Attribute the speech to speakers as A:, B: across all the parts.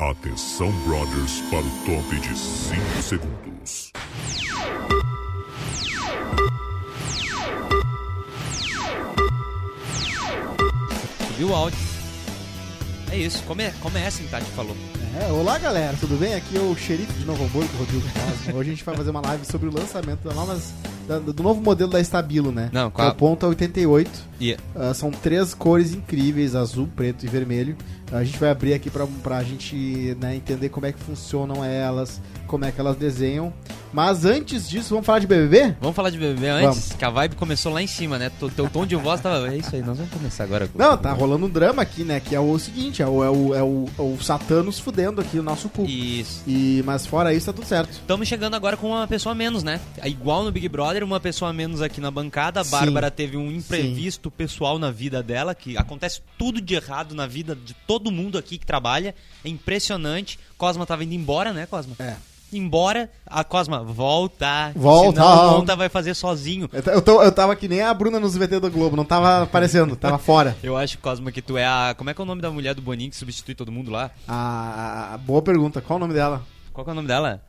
A: Atenção, brothers, para o top de 5 segundos.
B: Subiu o áudio. É isso, come, comecem, Tati falou.
C: É, olá galera, tudo bem? Aqui é o xerife de Novo Hamburgo, Rodrigo Cosmo. Hoje a gente vai fazer uma live sobre o lançamento da nova, da- do novo modelo da Estabilo, né?
B: Não,
C: Que é
B: qual-
C: o Ponta 88.
B: E
C: Ah, são três cores incríveis, azul, preto e vermelho. A gente vai abrir aqui pra, pra gente né, entender como é que funcionam elas, como é que elas desenham. Mas antes disso, vamos falar de BBB?
B: vamos falar de BBB antes, que a vibe começou lá em cima, né? Teu, teu tom de voz tava. É isso aí, nós vamos começar agora. com-
C: Não, tá rolando um drama aqui, né? Que é o seguinte, é o, é o, é o, é o Satanos fudendo aqui o nosso cu.
B: Isso.
C: E, mas fora isso, tá tudo certo.
B: Estamos chegando agora com uma pessoa a menos, né? É Igual no Big Brother, uma pessoa a menos aqui na bancada. A
C: Sim.
B: Bárbara teve um imprevisto pessoal na vida dela, que acontece tudo de errado na vida de todo mundo aqui que trabalha. É impressionante. Cosma tava indo embora, né, Cosma?
C: É.
B: Embora, a Cosma volta.
C: Volta.
B: Senão, o Monta vai fazer sozinho.
C: Eu, ta- eu, tô- eu tava que nem a Bruna nos VT do Globo, não tava aparecendo, tava fora.
B: Eu acho, Cosma, que tu é a. Como é que é o nome da mulher do Boninho que substitui todo mundo lá?
C: Ah, boa pergunta, qual o nome dela?
B: Qual que é o nome dela?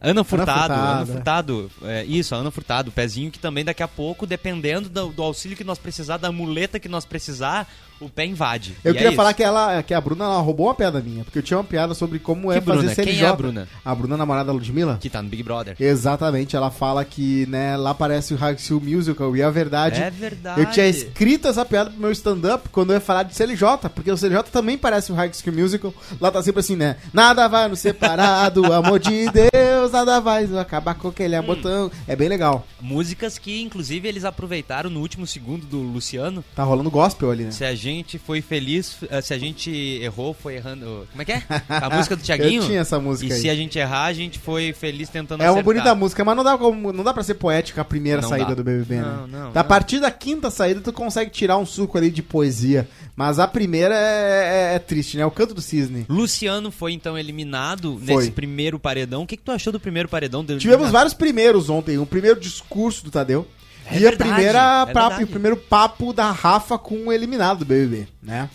B: Ana Furtado, Ana
C: Furtado.
B: Furtado, é, isso, a Ana Furtado, o pezinho que também daqui a pouco, dependendo do, do auxílio que nós precisar, da muleta que nós precisar, o pé invade.
C: Eu
B: E
C: queria
B: é
C: falar
B: isso.
C: que, ela, que a Bruna ela roubou uma piada minha, porque eu tinha uma piada sobre como é
B: Que
C: fazer
B: Bruna? Quem
C: CNJ.
B: é a Bruna?
C: A Bruna, namorada da Ludmilla?
B: que tá no Big Brother.
C: Exatamente, ela fala que, né, lá aparece o High School Musical, e é a verdade.
B: É verdade.
C: Eu tinha escrito essa piada pro meu stand-up quando eu ia falar de CLJ, porque o CLJ também parece o High School Musical. Lá tá sempre assim, né? Nada vai nos separar do amor de Deus, nada vai nos acabar com aquele amor
B: Hum.
C: tão... É bem legal.
B: Músicas que, inclusive, eles aproveitaram no último segundo do Luciano.
C: Tá rolando gospel ali, né?
B: Se a gente foi feliz, eh, se a gente errou, foi errando. Como é que é? A música do Tiaguinho?
C: Eu tinha essa música
B: E
C: aí.
B: se a gente errar, a gente foi feliz tentando
C: É uma
B: acertar.
C: bonita música, mas não dá, como- não dá pra ser poética a primeira
B: Não
C: saída
B: dá.
C: do BBB, né?
B: Não, não,
C: A
B: não.
C: partir da quinta saída, tu consegue tirar um suco ali de poesia. Mas a primeira é, é- é triste, né? O canto do cisne.
B: Luciano foi então eliminado
C: Foi.
B: nesse primeiro paredão. O que, que tu achou do primeiro paredão dele?
C: É Tivemos vários primeiros ontem. O primeiro discurso do Tadeu.
B: É
C: e a
B: verdade,
C: primeira
B: é
C: papo-
B: verdade.
C: o primeiro papo da Rafa com o eliminado do BBB, né?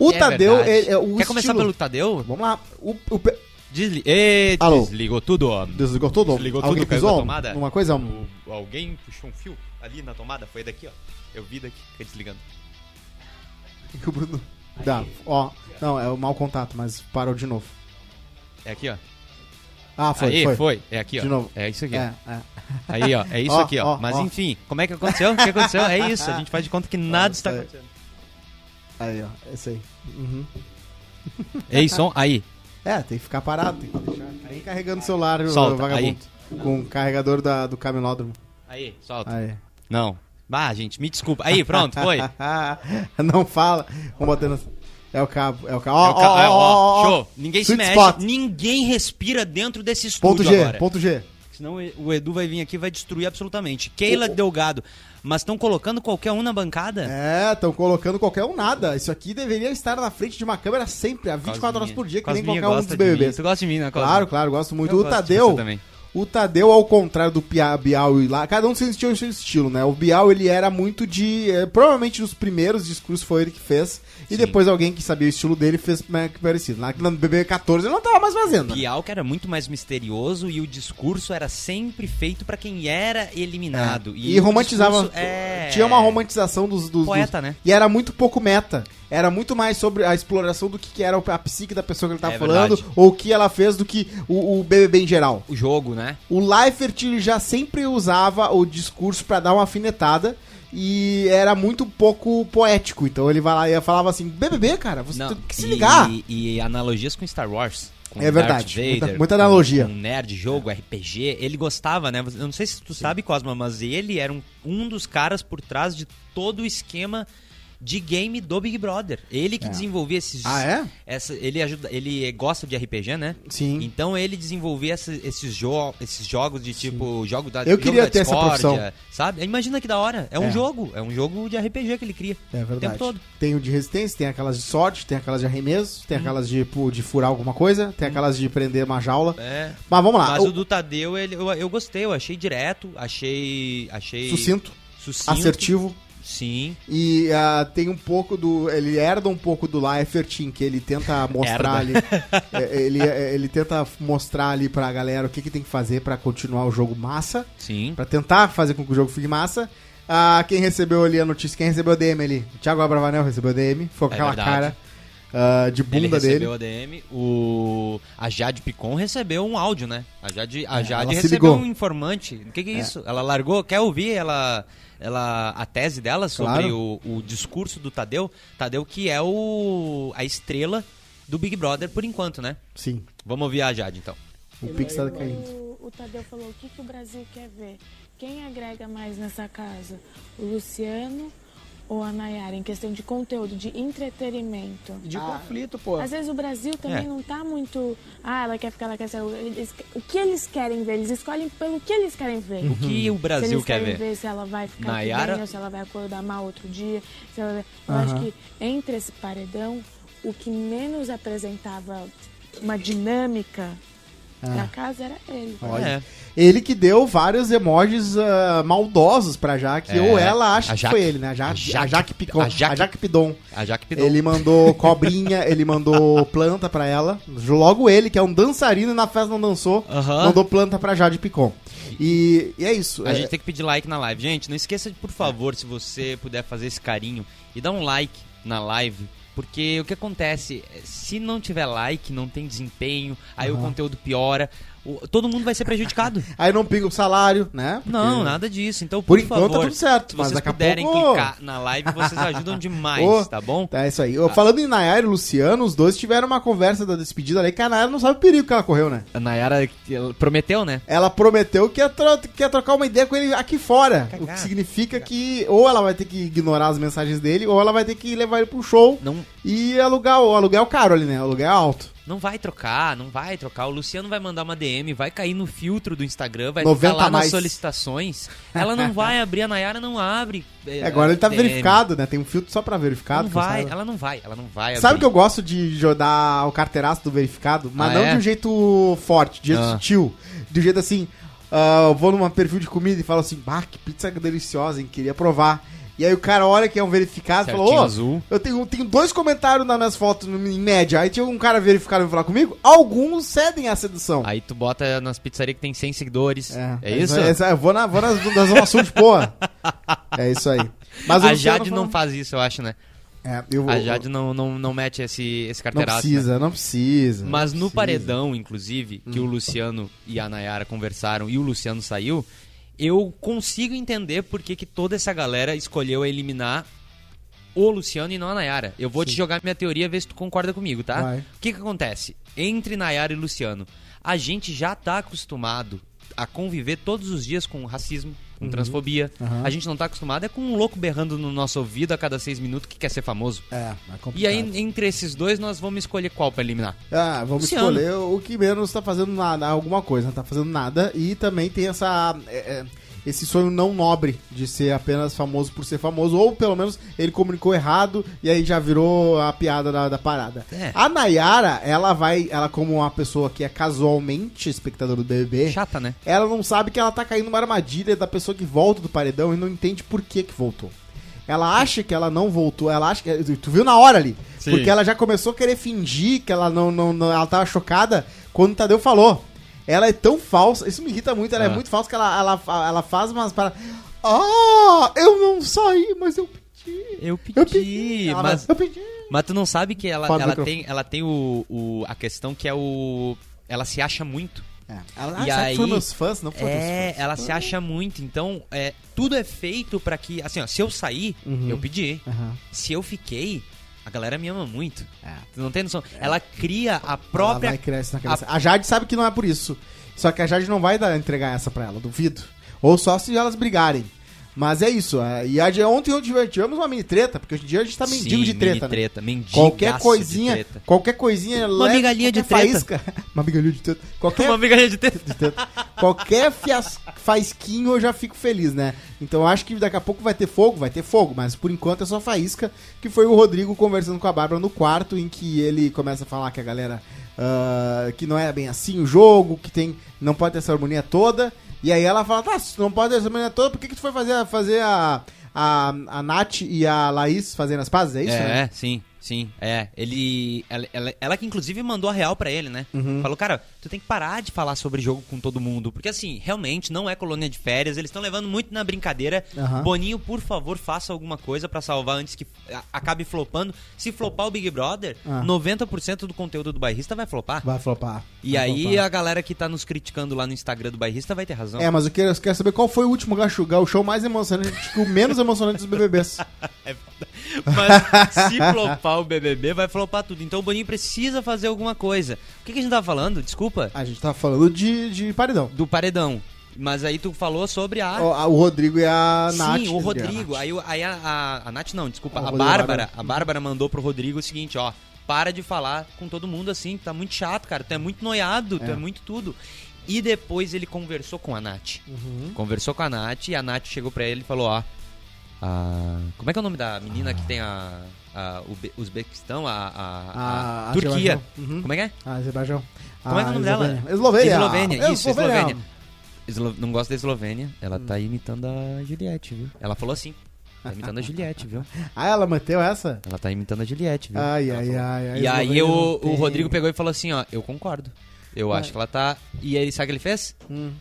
C: O
B: É
C: Tadeu,
B: verdade.
C: ele- é, o
B: Quer começar
C: estilo-
B: pelo Tadeu?
C: Vamos lá. O, o pe-
B: Desli... Ê,
C: Alô.
B: Desligou tudo, ó.
C: Desligou todo?
B: Desligou
C: Alguém
B: tudo, caiu
C: pisou
B: da tomada?
C: Uma coisa...
B: O- Alguém puxou um fio ali na tomada? Foi daqui, ó. Eu vi daqui, fica desligando.
C: O Bruno... Dá, ó. Não, é o mau contato, mas parou de novo.
B: É aqui, ó.
C: Ah, foi,
B: Aí,
C: foi.
B: foi. É aqui, ó.
C: De novo.
B: É isso aqui. ó.
C: É, é.
B: Aí, ó. É isso
C: Ó,
B: aqui, ó.
C: ó,
B: Mas
C: ó.
B: enfim, como é que aconteceu? O que aconteceu? É isso. A gente faz de conta que nada está
C: aí.
B: acontecendo.
C: Aí, ó. Esse aí. Uhum.
B: Ei, som. Aí.
C: É, tem que ficar parado, tem que deixar. Nem carregando o celular, viu,
B: Solta,
C: vagabundo. Com o carregador da, do camelódromo.
B: Aí, solta.
C: Aí.
B: Não. Ah, gente, me desculpa. Aí, pronto, foi.
C: Não fala. Vamos bater no... É o cabo, é o cabo.
B: É
C: Ó,
B: o ca- é,
C: ó, ó, ó, ó.
B: show. Ninguém se
C: Sweet
B: mexe,
C: spot.
B: ninguém respira dentro desse estúdio
C: Ponto G,
B: agora.
C: ponto G.
B: Senão o Edu vai vir aqui e vai destruir absolutamente. Keila Delgado. Mas estão colocando qualquer um na bancada?
C: É, estão colocando qualquer um nada. Isso aqui deveria estar na frente de uma câmera sempre, a 24 horas por dia, que nem
B: Cosminha
C: qualquer um
B: gosta
C: dos
B: de mim.
C: BBBs.
B: Tu gosta de mim, né, Cosminha?
C: Claro, claro, gosto muito.
B: Eu
C: o
B: gosto de
C: Tadeu,
B: você também.
C: o Tadeu, ao contrário do Pia- Bial e lá, cada um tinha o seu seu estilo, né? O Bial, ele era muito de... eh, provavelmente nos primeiros discursos foi ele que fez, e
B: Sim.
C: depois alguém que sabia o estilo dele fez meio que parecido. Lá no BB14 ele não tava mais fazendo. né?
B: Bial que era muito mais misterioso e o discurso era sempre feito pra quem era eliminado.
C: É. E,
B: o
C: romantizava.
B: discurso é-
C: Tinha uma romantização dos, dos-
B: Poeta,
C: dos-
B: né?
C: E era muito pouco meta. Era muito mais sobre a exploração do que, que era a psique da pessoa que ele tava
B: É
C: falando,
B: verdade.
C: ou o que ela fez do que o, o BBB em geral.
B: O jogo, né?
C: O Leifert ele já sempre usava o discurso pra dar uma afinetada. E era muito pouco poético. Então ele vai lá e falava assim: BBB, cara, você
B: Não,
C: tem que se
B: e-
C: ligar.
B: E, analogias com Star Wars. com
C: É verdade,
B: Darth Vader,
C: muita- muita
B: com-
C: analogia. É.
B: Com, nerd, jogo, RPG. Ele gostava, né? Eu não sei se tu sabe, Cosma, mas ele era um, um dos caras por trás de todo o esquema de game do Big Brother. Ele que desenvolvia esses.
C: Ah, é?
B: essa- ele, ajuda, ele gosta de RPG, né?
C: Sim.
B: Então ele desenvolvia essa- esses, jo- esses jogos de tipo jogo da
C: Eu
B: jogo
C: queria
B: da
C: ter essa
B: discórdia,
C: profissão.
B: sabe? Imagina que da hora. É um
C: É.
B: jogo, é um jogo de RPG que ele cria.
C: É verdade.
B: O tempo todo.
C: Tem o de resistência, tem aquelas de sorte, tem aquelas de arremesso,
B: Uhum.
C: tem aquelas de, pu- de furar alguma coisa, tem aquelas de prender uma jaula.
B: É.
C: Mas vamos lá.
B: Mas
C: Ah, o-
B: o do Tadeu, ele, eu, eu gostei, eu achei direto, achei. achei
C: Sucinto,
B: sucinto,
C: assertivo.
B: Sim.
C: E ah, tem um pouco do. Ele herda um pouco do Liefert, em que ele tenta mostrar ali. é, ele, é, ele tenta mostrar ali pra galera o que, que tem que fazer pra continuar o jogo massa.
B: Sim.
C: Pra tentar fazer com que o jogo fique massa. Ah, quem recebeu ali a notícia, quem recebeu o DM ali? O Thiago Abravanel recebeu o DM. Foi com
B: É
C: aquela
B: verdade.
C: cara ah, de
B: Ele
C: bunda dele.
B: recebeu a DM, o... a Jade Picon recebeu um áudio, né? A Jade, a Jade
C: É, ela se
B: recebeu
C: ligou.
B: um informante. O que, que é, isso? Ela largou, quer ouvir ela, ela, a tese dela sobre
C: Claro.
B: o, o discurso do Tadeu? Tadeu que é o a estrela do Big Brother por enquanto, né?
C: Sim,
B: Vamos ouvir a Jade, então.
C: o Pix tá caindo.
D: O, o Tadeu falou: o que, que o Brasil quer ver? Quem agrega mais nessa casa? O Luciano ou a Nayara? Em questão de conteúdo, de entretenimento.
E: De conflito, pô.
D: Às vezes o Brasil também
B: É.
D: não tá muito. Ah, ela quer ficar, ela quer ser. Eles- o que eles querem ver? Eles escolhem pelo que eles querem ver.
B: O que o
D: Se
B: Brasil
D: eles
B: quer
D: querem
B: ver?
D: se ela vai ficar
B: Nayara?
D: aqui bem, ou se ela vai acordar mal outro dia. se ela vai- Eu acho que entre esse paredão, o que menos apresentava uma dinâmica na casa era ele.
B: Ah. Olha.
C: É. Ele que deu vários emojis ah, maldosos pra Jaque,
B: É,
C: ou ela acha
B: a
C: que
B: Jaque-
C: foi ele, né? A Jaque,
B: a Jaque-
C: a Jaque Picon.
B: a Jaque-
C: a Jaque Pidon.
B: A Jaque Pidon.
C: Ele mandou cobrinha, ele mandou planta pra ela. Logo ele, que é um dançarino e na festa não dançou,
B: Aham.
C: mandou planta pra Jade Picon. E, e é isso.
B: A
C: é-
B: gente tem que pedir like na live. Gente, não esqueça, por favor, se você puder fazer esse carinho e dar um like na live. Porque o que acontece, é, se não tiver like, não tem desempenho, aí o conteúdo piora, o- todo mundo vai ser prejudicado.
C: Aí não pinga o salário, né? Porque-
B: Não, nada disso. Então, por,
C: É. Por enquanto tá
B: favor,
C: tudo certo,
B: se
C: mas
B: vocês
C: daqui a
B: puderem
C: pouco-
B: clicar na live, vocês ajudam demais,
C: Ô,
B: tá bom?
C: Tá, é isso aí. Eu, Falando em Nayara e Luciano, os dois tiveram uma conversa da despedida ali, que a Nayara não sabe o perigo que ela correu, né?
B: A Nayara ela prometeu, né?
C: Ela prometeu que ia, tro- que ia trocar uma ideia com ele aqui fora.
B: Cagar.
C: O que significa que ou ela vai ter que ignorar as mensagens dele, ou ela vai ter que levar ele pro show
B: Não,
C: e alugar o aluguel caro ali, né? Aluguel alto.
B: não vai trocar, não vai trocar. O Luciano vai mandar uma DM, vai cair no filtro do Instagram, vai
C: 90
B: ficar lá nas
C: mais.
B: solicitações. Ela não vai abrir, a Nayara não abre. eh,
C: É, agora ele tá
B: DM.
C: verificado, né? Tem um filtro só pra verificado.
B: Não
C: que
B: vai,
C: eu saiba.
B: ela não vai, ela não vai
C: Sabe que eu gosto de jogar o carteiraço do verificado? Mas
B: Ah,
C: não
B: é?
C: de um jeito forte, de jeito
B: Ah.
C: sutil. De um jeito assim, ah, eu vou numa perfil de comida e falo assim, bah, que pizza deliciosa, hein? Queria provar. E aí o cara olha que é um verificado e fala,
B: Certinho
C: ô,
B: azul."
C: eu tenho, tenho dois comentários nas minhas fotos no- em média. Aí tinha um cara verificado e falar comigo, alguns cedem à sedução.
B: Aí tu bota nas pizzarias que tem 100 seguidores. É, Ah, isso?
C: É, eu vou, na, vou nas, nas ações de porra. É isso aí. Mas o
B: a
C: Luciano
B: Jade
C: falou-
B: não faz isso, eu acho, né?
C: É, eu vou-
B: A Jade não, não, não mete esse, esse
C: Não
B: carteiraço. né?
C: precisa, não precisa. não Hum.
B: Mas no
C: precisa.
B: paredão, inclusive, que o Luciano e a Nayara conversaram e o Luciano saiu, eu consigo entender por que, que toda essa galera escolheu eliminar o Luciano e não a Nayara. Eu vou te jogar minha teoria, ver se tu concorda comigo, tá?
C: Vai.
B: O que, que acontece? Entre Nayara e Luciano, a gente já tá acostumado a conviver todos os dias com racismo,
C: Uhum.
B: com transfobia. A gente não tá acostumado é com um louco berrando no nosso ouvido a cada seis minutos que quer ser famoso.
C: É, é complicado.
B: E aí, entre esses dois, nós vamos escolher qual pra eliminar.
C: Ah, vamos
B: Luciano.
C: escolher o que menos tá fazendo nada, alguma coisa, não tá fazendo nada. E também tem essa. é, é, esse sonho não nobre de ser apenas famoso por ser famoso, ou pelo menos ele comunicou errado e aí já virou a piada da, da parada.
B: É.
C: A Nayara, ela vai, ela como uma pessoa que é casualmente espectadora do BBB,
B: Chata, né?
C: ela não sabe que ela tá caindo numa armadilha da pessoa que volta do paredão e não entende por que que voltou. Ela acha que ela não voltou, ela acha que. Tu viu na hora ali?
B: Sim.
C: Porque ela já começou a querer fingir que ela não, não, não- Ela tava chocada quando o Tadeu falou. Ela é tão falsa, isso me irrita muito, ela é
B: Ah.
C: muito falsa que ela, ela, ela faz umas para. Ah, eu não saí, mas eu pedi.
B: Eu pedi,
C: Eu pedi. Ela-
B: mas,
C: Eu pedi. É,
B: mas tu não sabe que ela,
C: Fala no
B: ela
C: microfone.
B: tem, ela tem o, o- a questão que é o... Ela se acha muito.
C: É, ela
B: E
C: "Ah, será que foi
B: aí-
C: meus fãs, não foi meus
B: É,
C: fãs.
B: ela se acha muito. Então, é, tudo é feito pra que... Assim, ó, se eu sair,
C: Uhum.
B: eu pedi.
C: Aham.
B: Se eu fiquei, a galera me ama muito.
C: É.
B: Tu não tem noção? Ela cria a própria...
C: Ela vai criar isso na cabeça. A Jade sabe que não é por isso. Só que a Jade não vai dar, entregar essa pra ela, duvido. Ou só se elas brigarem. Mas é isso. é. E a, de- ontem eu tive- tivemos uma mini treta, porque hoje em dia a gente tá mendigo
B: Sim,
C: de
B: mini
C: treta, né?
B: treta mendigaço
C: Qualquer
B: de
C: coisinha,
B: treta.
C: qualquer coisinha leve,
B: migalhinha de
C: qualquer
B: treta.
C: faísca. uma migalhinha de treta. Qualquer,
B: Uma migalhinha de treta.
C: de treta. qualquer fias- faisquinho eu já fico feliz, né? Então eu acho que daqui a pouco vai ter fogo, vai ter fogo, mas por enquanto é só faísca, que foi o Rodrigo conversando com a Bárbara no quarto, em que ele começa a falar que a galera ah, que não é bem assim o jogo, que tem não pode ter essa harmonia toda, e aí ela fala, tá, se não pode ter essa harmonia toda, por que, que tu foi fazer, a- fazer a, a, a Nath e a Laís fazendo as pazes, é isso?
B: é,
C: né?
B: é, sim, sim. É. Ele. Ela, ela, ela que inclusive mandou a real pra ele, né?
C: Uhum.
B: Falou, cara, tu tem que parar de falar sobre jogo com todo mundo. Porque assim, realmente não é colônia de férias, eles estão levando muito na brincadeira.
C: Aham.
B: Boninho, por favor, faça alguma coisa pra salvar antes que a- acabe flopando. Se flopar o Big Brother,
C: Ah.
B: 90% do conteúdo do bairrista vai flopar.
C: Vai flopar.
B: E
C: Vai
B: aí
C: flopar.
B: a galera que tá nos criticando lá no Instagram do bairrista vai ter razão.
C: É, mas eu quero, eu quero saber qual foi o último gachuga, o show mais emocionante, acho que o menos emocionante dos BBBs.
B: É Mas se flopar o BBB, vai flopar tudo. Então o Boninho precisa fazer alguma coisa. O que, que a gente tava falando? Desculpa.
C: A gente tá falando de, de paredão.
B: Do paredão. Mas aí tu falou sobre a...
C: O, a- o Rodrigo e a
B: Sim,
C: Nath.
B: o Rodrigo. Aí, o- aí a, a, a Nath não, desculpa.
C: Ah, o
B: a
C: Rodrigo
B: Bárbara.
C: Bárbara.
B: A Bárbara mandou pro Rodrigo o seguinte, ó. Para de falar com todo mundo assim, tá muito chato, cara. Tu é muito noiado, tu é muito tudo. E depois ele conversou com a Nath.
C: Uhum.
B: Conversou com a Nath e a Nath chegou pra ele e falou, ó. a- como é que é o nome da menina
C: Ah.
B: que tem a. a Ube- Uzbequistão, a, a, a
C: A- a
B: Turquia.
C: Azerbaijão. Uhum.
B: Como é que é?
C: Ah, Azerbaijão.
B: Como é que é o nome dela?
C: Ah, Eslovênia.
B: Eslovênia, isso, Eslovênia. Eslo- Não gosto da Eslovênia. Ela tá imitando a Juliette, viu? Ela falou assim. Tá imitando a Juliette, viu?
C: Ah, ela manteu essa?
B: Ela tá imitando a Juliette, viu?
C: Ai, ai, ai. a
B: e aí
C: Ah, Eslovênia
B: o,
C: não
B: o
C: tem. Ah.
B: Rodrigo pegou e falou assim, ó, eu concordo. Eu acho que ela tá. E aí, sabe o que ele fez?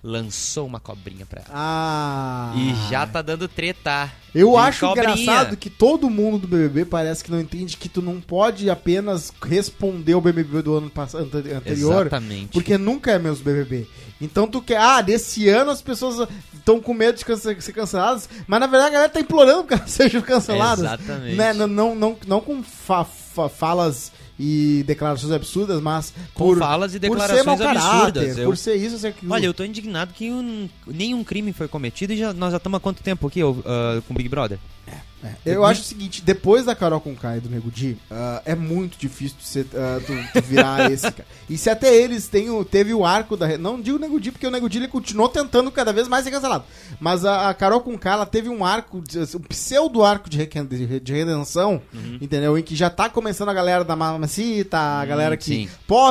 B: Lançou uma cobrinha pra ela.
C: Hum. Ah.
B: E já tá dando treta.
C: Eu
B: De
C: acho
B: cobrinha.
C: engraçado que todo mundo do BBB parece que não entende que tu não pode apenas responder o BBB do ano pass- ante- anterior,
B: Exatamente.
C: porque nunca é mesmo BBB. Então tu quer, ah, desse ano as pessoas estão com medo de cance- ser canceladas, mas na verdade a galera tá implorando que elas sejam canceladas.
B: Exatamente.
C: Né? Não, não, não, não com fa- fa- falas e declarações absurdas, mas
B: Com falas e
C: por ser
B: declarações
C: mau caráter,
B: absurdas, eu-
C: por ser isso, ser aquilo.
B: Olha, eu tô indignado que um- nenhum crime foi cometido e já- nós já estamos há quanto tempo aqui ô, ah, com o Big Brother?
C: Eu acho o seguinte, depois da Carol com e do Nego Di, ah, é muito difícil tu, ser, ah, tu- tu virar esse, cara. E se até eles têm o, teve o arco da... re- Não digo o Nego Di, porque o Nego Di ele continuou tentando cada vez mais ser cancelado. Mas a, a Carol com ela teve um arco, de- um pseudo arco de, requen- de re- de redenção, entendeu? Em que já tá começando a galera da Mamacita, a galera que
B: sim.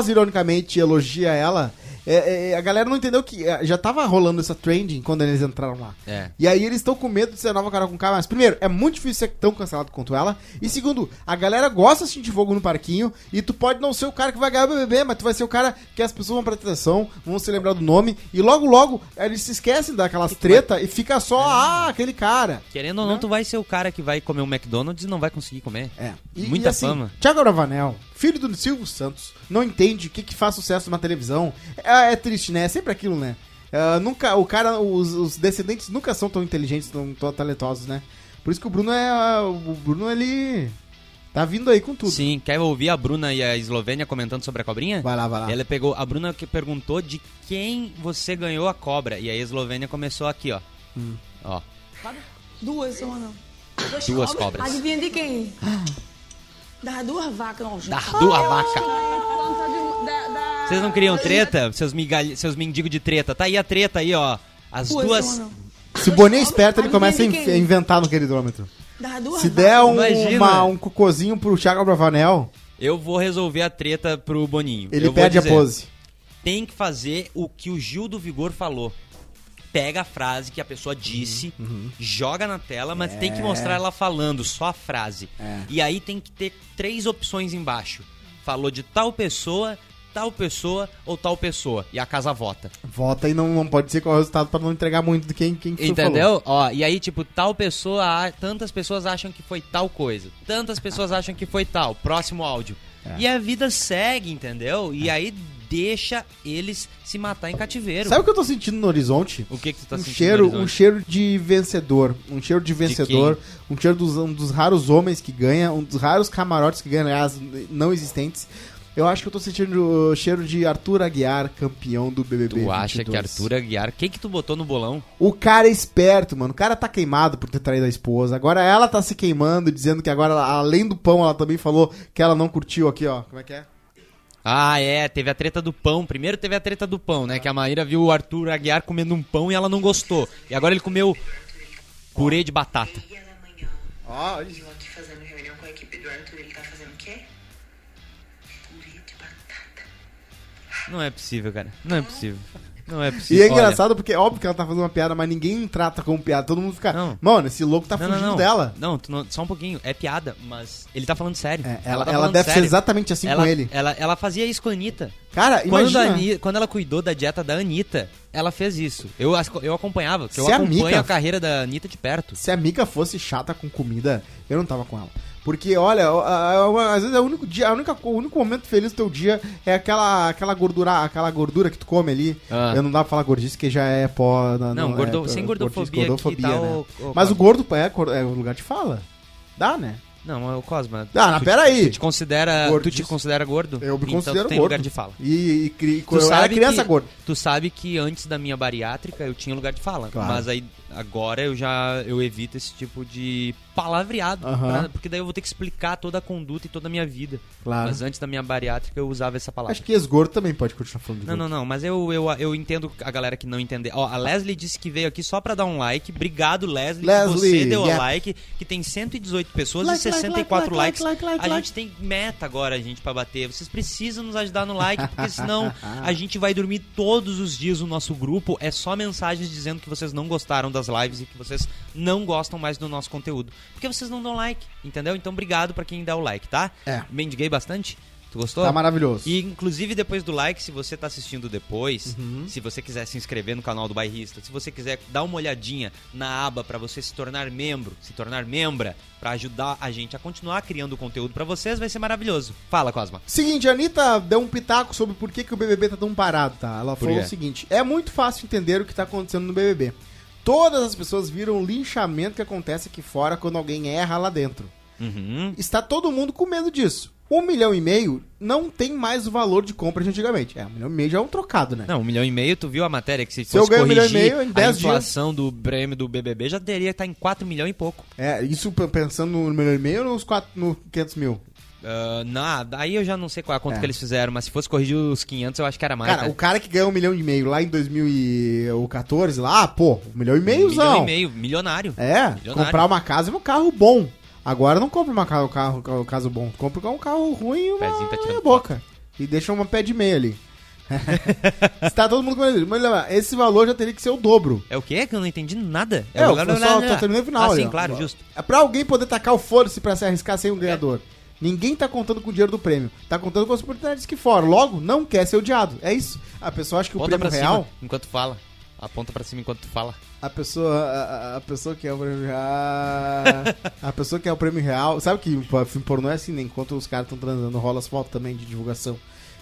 C: pós-ironicamente elogia ela. É, é, a galera não entendeu que é, já tava rolando essa trending quando eles entraram lá.
B: É.
C: E aí eles estão com medo de ser a nova Carol com K, mas primeiro, é muito difícil ser tão cancelado quanto ela. E segundo, a galera gosta assim de fogo no parquinho e tu pode não ser o cara que vai ganhar o BBB, mas tu vai ser o cara que as pessoas vão prestar atenção, vão se lembrar do nome e logo logo eles se esquecem daquelas treta e fica só, ah, aquele cara.
B: Querendo ou não, tu vai ser o cara que vai comer um McDonald's e não vai conseguir comer.
C: É. E,
B: Muita
C: e assim,
B: fama.
C: Thiago Bravanel, filho do Silvio Santos, não entende o que, que faz sucesso na televisão. É, é triste, né? É sempre aquilo, né? É, nunca, o cara, os, os descendentes nunca são tão inteligentes, tão, tão talentosos, né? Por isso que o Bruno é, ah, o Bruno ele tá vindo aí com tudo.
B: Sim, quer ouvir a Bruna e a Eslovênia comentando sobre a cobrinha?
C: Vai lá, vai lá.
B: Ela pegou. A Bruna que perguntou de quem você ganhou a cobra. E aí a Eslovênia começou aqui, ó.
C: Hum.
B: Ó,
E: Duas ou não? Duas,
B: Duas cobras.
E: Adivinha de quem?
C: Ah.
D: Dá duas vacas, não, gente.
B: dardo a vaca.
E: Planta de- da- da-
B: Vocês não queriam treta? Seus, migalha, seus mendigos de treta. Tá aí a treta aí, ó. As
D: Duas,
B: duas.
D: não, não.
C: Se o Boninho é esperto, ele
E: Adivinha
C: começa a
E: de
C: in-
E: quem?
C: inventar no queridômetro.
D: Dá duas
C: Se
D: vacas.
C: der um,
B: Imagina.
C: uma- um cocôzinho pro Thiago Bravanel,
B: Eu vou resolver a treta pro Boninho.
C: ele
B: Eu vou
C: perde a
B: dizer.
C: pose.
B: tem que fazer o que o Gil do Vigor falou. Pega a frase que a pessoa disse,
C: Uhum,
B: joga na tela, mas tem que
C: É.
B: mostrar ela falando, só a frase. E aí tem que ter três opções embaixo. Falou de tal pessoa, tal pessoa ou tal pessoa. E a casa vota.
C: Vota e não, não pode ser qual é o resultado pra não entregar muito de quem, quem que tu falou.
B: Entendeu? Ó, e aí, tipo, tal pessoa, ah, tantas pessoas acham que foi tal coisa, tantas pessoas acham que foi tal. Próximo áudio.
C: É.
B: E a vida segue, entendeu? E aí deixa eles se matar em cativeiro.
C: Sabe o que eu tô sentindo no horizonte?
B: O que que tu tá
C: um
B: sentindo,
C: cheiro,
B: Arizona?
C: um cheiro de vencedor, um cheiro de vencedor, um cheiro dos um dos raros homens que ganha, um dos raros camarotes que ganha, aliás, não existentes. Eu acho que eu tô sentindo o cheiro de Arthur Aguiar, campeão do BBB.
B: Tu acha
C: 22.
B: que Arthur é- Aguiar... Quem que tu botou no bolão?
C: O cara é esperto, mano. O cara tá queimado por ter traído a esposa. Agora ela tá se queimando, dizendo que agora, ela- além do pão, ela também falou que ela não curtiu aqui, ó. Como é que é?
B: Ah, é, teve a treta do pão. Primeiro teve a treta do pão,
C: É.
B: né? Que a Maíra viu o Arthur Aguiar comendo um pão e ela não gostou. E agora ele comeu purê de batata.
F: meia da manhã.
C: Ó,
F: E eu aqui fazendo reunião com a equipe do Arthur, ele tá fazendo o quê? Purê de batata.
B: Não é possível, cara. Não é possível.
F: É
B: Não é
C: E
B: possível.
C: é engraçado porque, óbvio que ela tá fazendo uma piada, mas ninguém trata como piada. Todo mundo fica,
B: Não.
C: mano, esse louco tá
B: Olha,
C: fugindo dela.
B: Não, tu não- só um pouquinho. É piada, mas ele tá falando sério.
C: É, ela
B: tá
C: ela
B: falando
C: deve ser
B: sério.
C: exatamente assim
B: ela,
C: com ele.
B: Ela, ela fazia isso com a Anitta.
C: Cara,
B: Quando, a
C: imagina.
B: Ani- quando ela cuidou da dieta da Anitta, ela fez isso. Eu, as- eu acompanhava, que eu
C: Se é a
B: acompanho
C: Anitta-
B: a carreira da Anitta de perto.
C: Se a Mika fosse chata com comida, eu não tava com ela. Porque, olha, a- a- a- às vezes é o único dia, a única, o único momento feliz do teu dia é aquela, aquela gordura, aquela gordura que tu come ali.
B: Ah.
C: Eu não dá pra falar gordice, que já é pó. Não,
B: Não,
C: é,
B: gordo- sem gordofobia aqui e tal, ô, ô,
C: né? Mas o
B: Cosma.
C: gordo é, cor- é o lugar de fala. Dá, né?
B: Não, mas o Cosma.
C: Ah, mas
B: tu-
C: peraí.
B: Tu te considera, tu te
C: Gordice.
B: considera gordo?
C: Eu me
B: Então
C: considero
B: tu tem
C: gordo.
B: lugar de fala.
C: E, e, cri- quando eu era criança
B: que,
C: gordo.
B: Tu sabe que antes da minha bariátrica eu tinha lugar de fala.
C: Claro.
B: Mas aí agora eu já eu evito esse tipo de palavreado.
C: Aham.
B: pra- porque daí eu vou ter que explicar toda a conduta e toda a minha vida.
C: Claro.
B: Mas antes da minha bariátrica eu usava essa palavra.
C: Acho que ex-gordo também pode continuar falando de
B: Não, não, não, mas eu, eu, eu entendo a galera que não entender. Ó, a Leslie disse que veio aqui só pra dar um like. Obrigado, Leslie. que
C: Leslie,
B: você deu
C: yeah.
B: o like, que tem 118 pessoas
C: Like,
B: e
C: like,
B: 64
C: like, like,
B: likes.
C: like, like,
B: a
C: like.
B: gente tem meta agora, gente, pra bater. Vocês precisam nos ajudar no like, porque senão a gente vai dormir todos os dias o nosso grupo. É só mensagens dizendo que vocês não gostaram das lives e que vocês não gostam mais do nosso conteúdo. Porque vocês não dão like, entendeu? Então obrigado pra quem dá o like, tá?
C: É.
B: Mendiguei bastante. Tu gostou?
C: Tá maravilhoso.
B: E inclusive depois do like, se você tá assistindo depois,
C: Uhum.
B: se você quiser se inscrever no canal do Bairrista, se você quiser dar uma olhadinha na aba pra você se tornar membro, se tornar membra, pra ajudar a gente a continuar criando conteúdo pra vocês, vai ser maravilhoso. Fala, Cosma.
C: Seguinte, a Anitta deu um pitaco sobre por que, que o BBB tá tão parado, tá? Ela falou
B: quê?
C: o seguinte: é muito fácil entender o que tá acontecendo no BBB. Todas as pessoas viram o linchamento que acontece aqui fora quando alguém erra lá dentro.
B: Uhum.
C: Está todo mundo com medo disso. Um milhão e meio não tem mais o valor de compra de antigamente. É, um milhão e meio já é um trocado, né?
B: Não, um milhão e meio, tu viu a matéria que se,
C: eu
B: fosse
C: ganho um milhão e
B: corrigir
C: meio em dez
B: a inflação do prêmio do BBB já teria que estar em 4 milhões e pouco.
C: É, isso p- pensando no milhão e meio ou nos quatro, no 500 mil?
B: Ah, na, aí eu já não sei qual é a conta
C: É.
B: que eles fizeram, mas se fosse corrigir os 500, eu acho que era mais.
C: Cara,
B: né?
C: o cara que ganhou um milhão e meio lá em 2014, lá, ah, pô, um milhão e meiozão.
B: milhão e meio, milionário.
C: É,
B: Milionário.
C: comprar uma casa e um carro bom. Agora não compra uma carro, carro, carro, casa bom, compra um carro ruim e uma
B: Pezinho tá tirando
C: meia boca. E deixa uma pé de meia ali. Está todo mundo com medo. Mas lembra, esse valor já teria que ser o dobro.
B: É o quê? Que eu não entendi nada.
C: É, o pessoal tá terminando o final.
B: Ah, sim,
C: ó.
B: claro, justo.
C: É pra alguém poder tacar o foda-se pra se arriscar sem um ganhador. Ninguém tá contando com o dinheiro do prêmio. Tá contando com as oportunidades que fora. Logo, não quer ser odiado. É isso. A pessoa acha que o
B: Aponta pra
C: prêmio real...
B: cima enquanto fala. Aponta pra cima enquanto fala.
C: A pessoa, a, a- a pessoa que é o prêmio real. A pessoa que é o prêmio real. Sabe que o filme pornô é assim, né? Enquanto os caras estão transando, rola as fotos também de divulgação.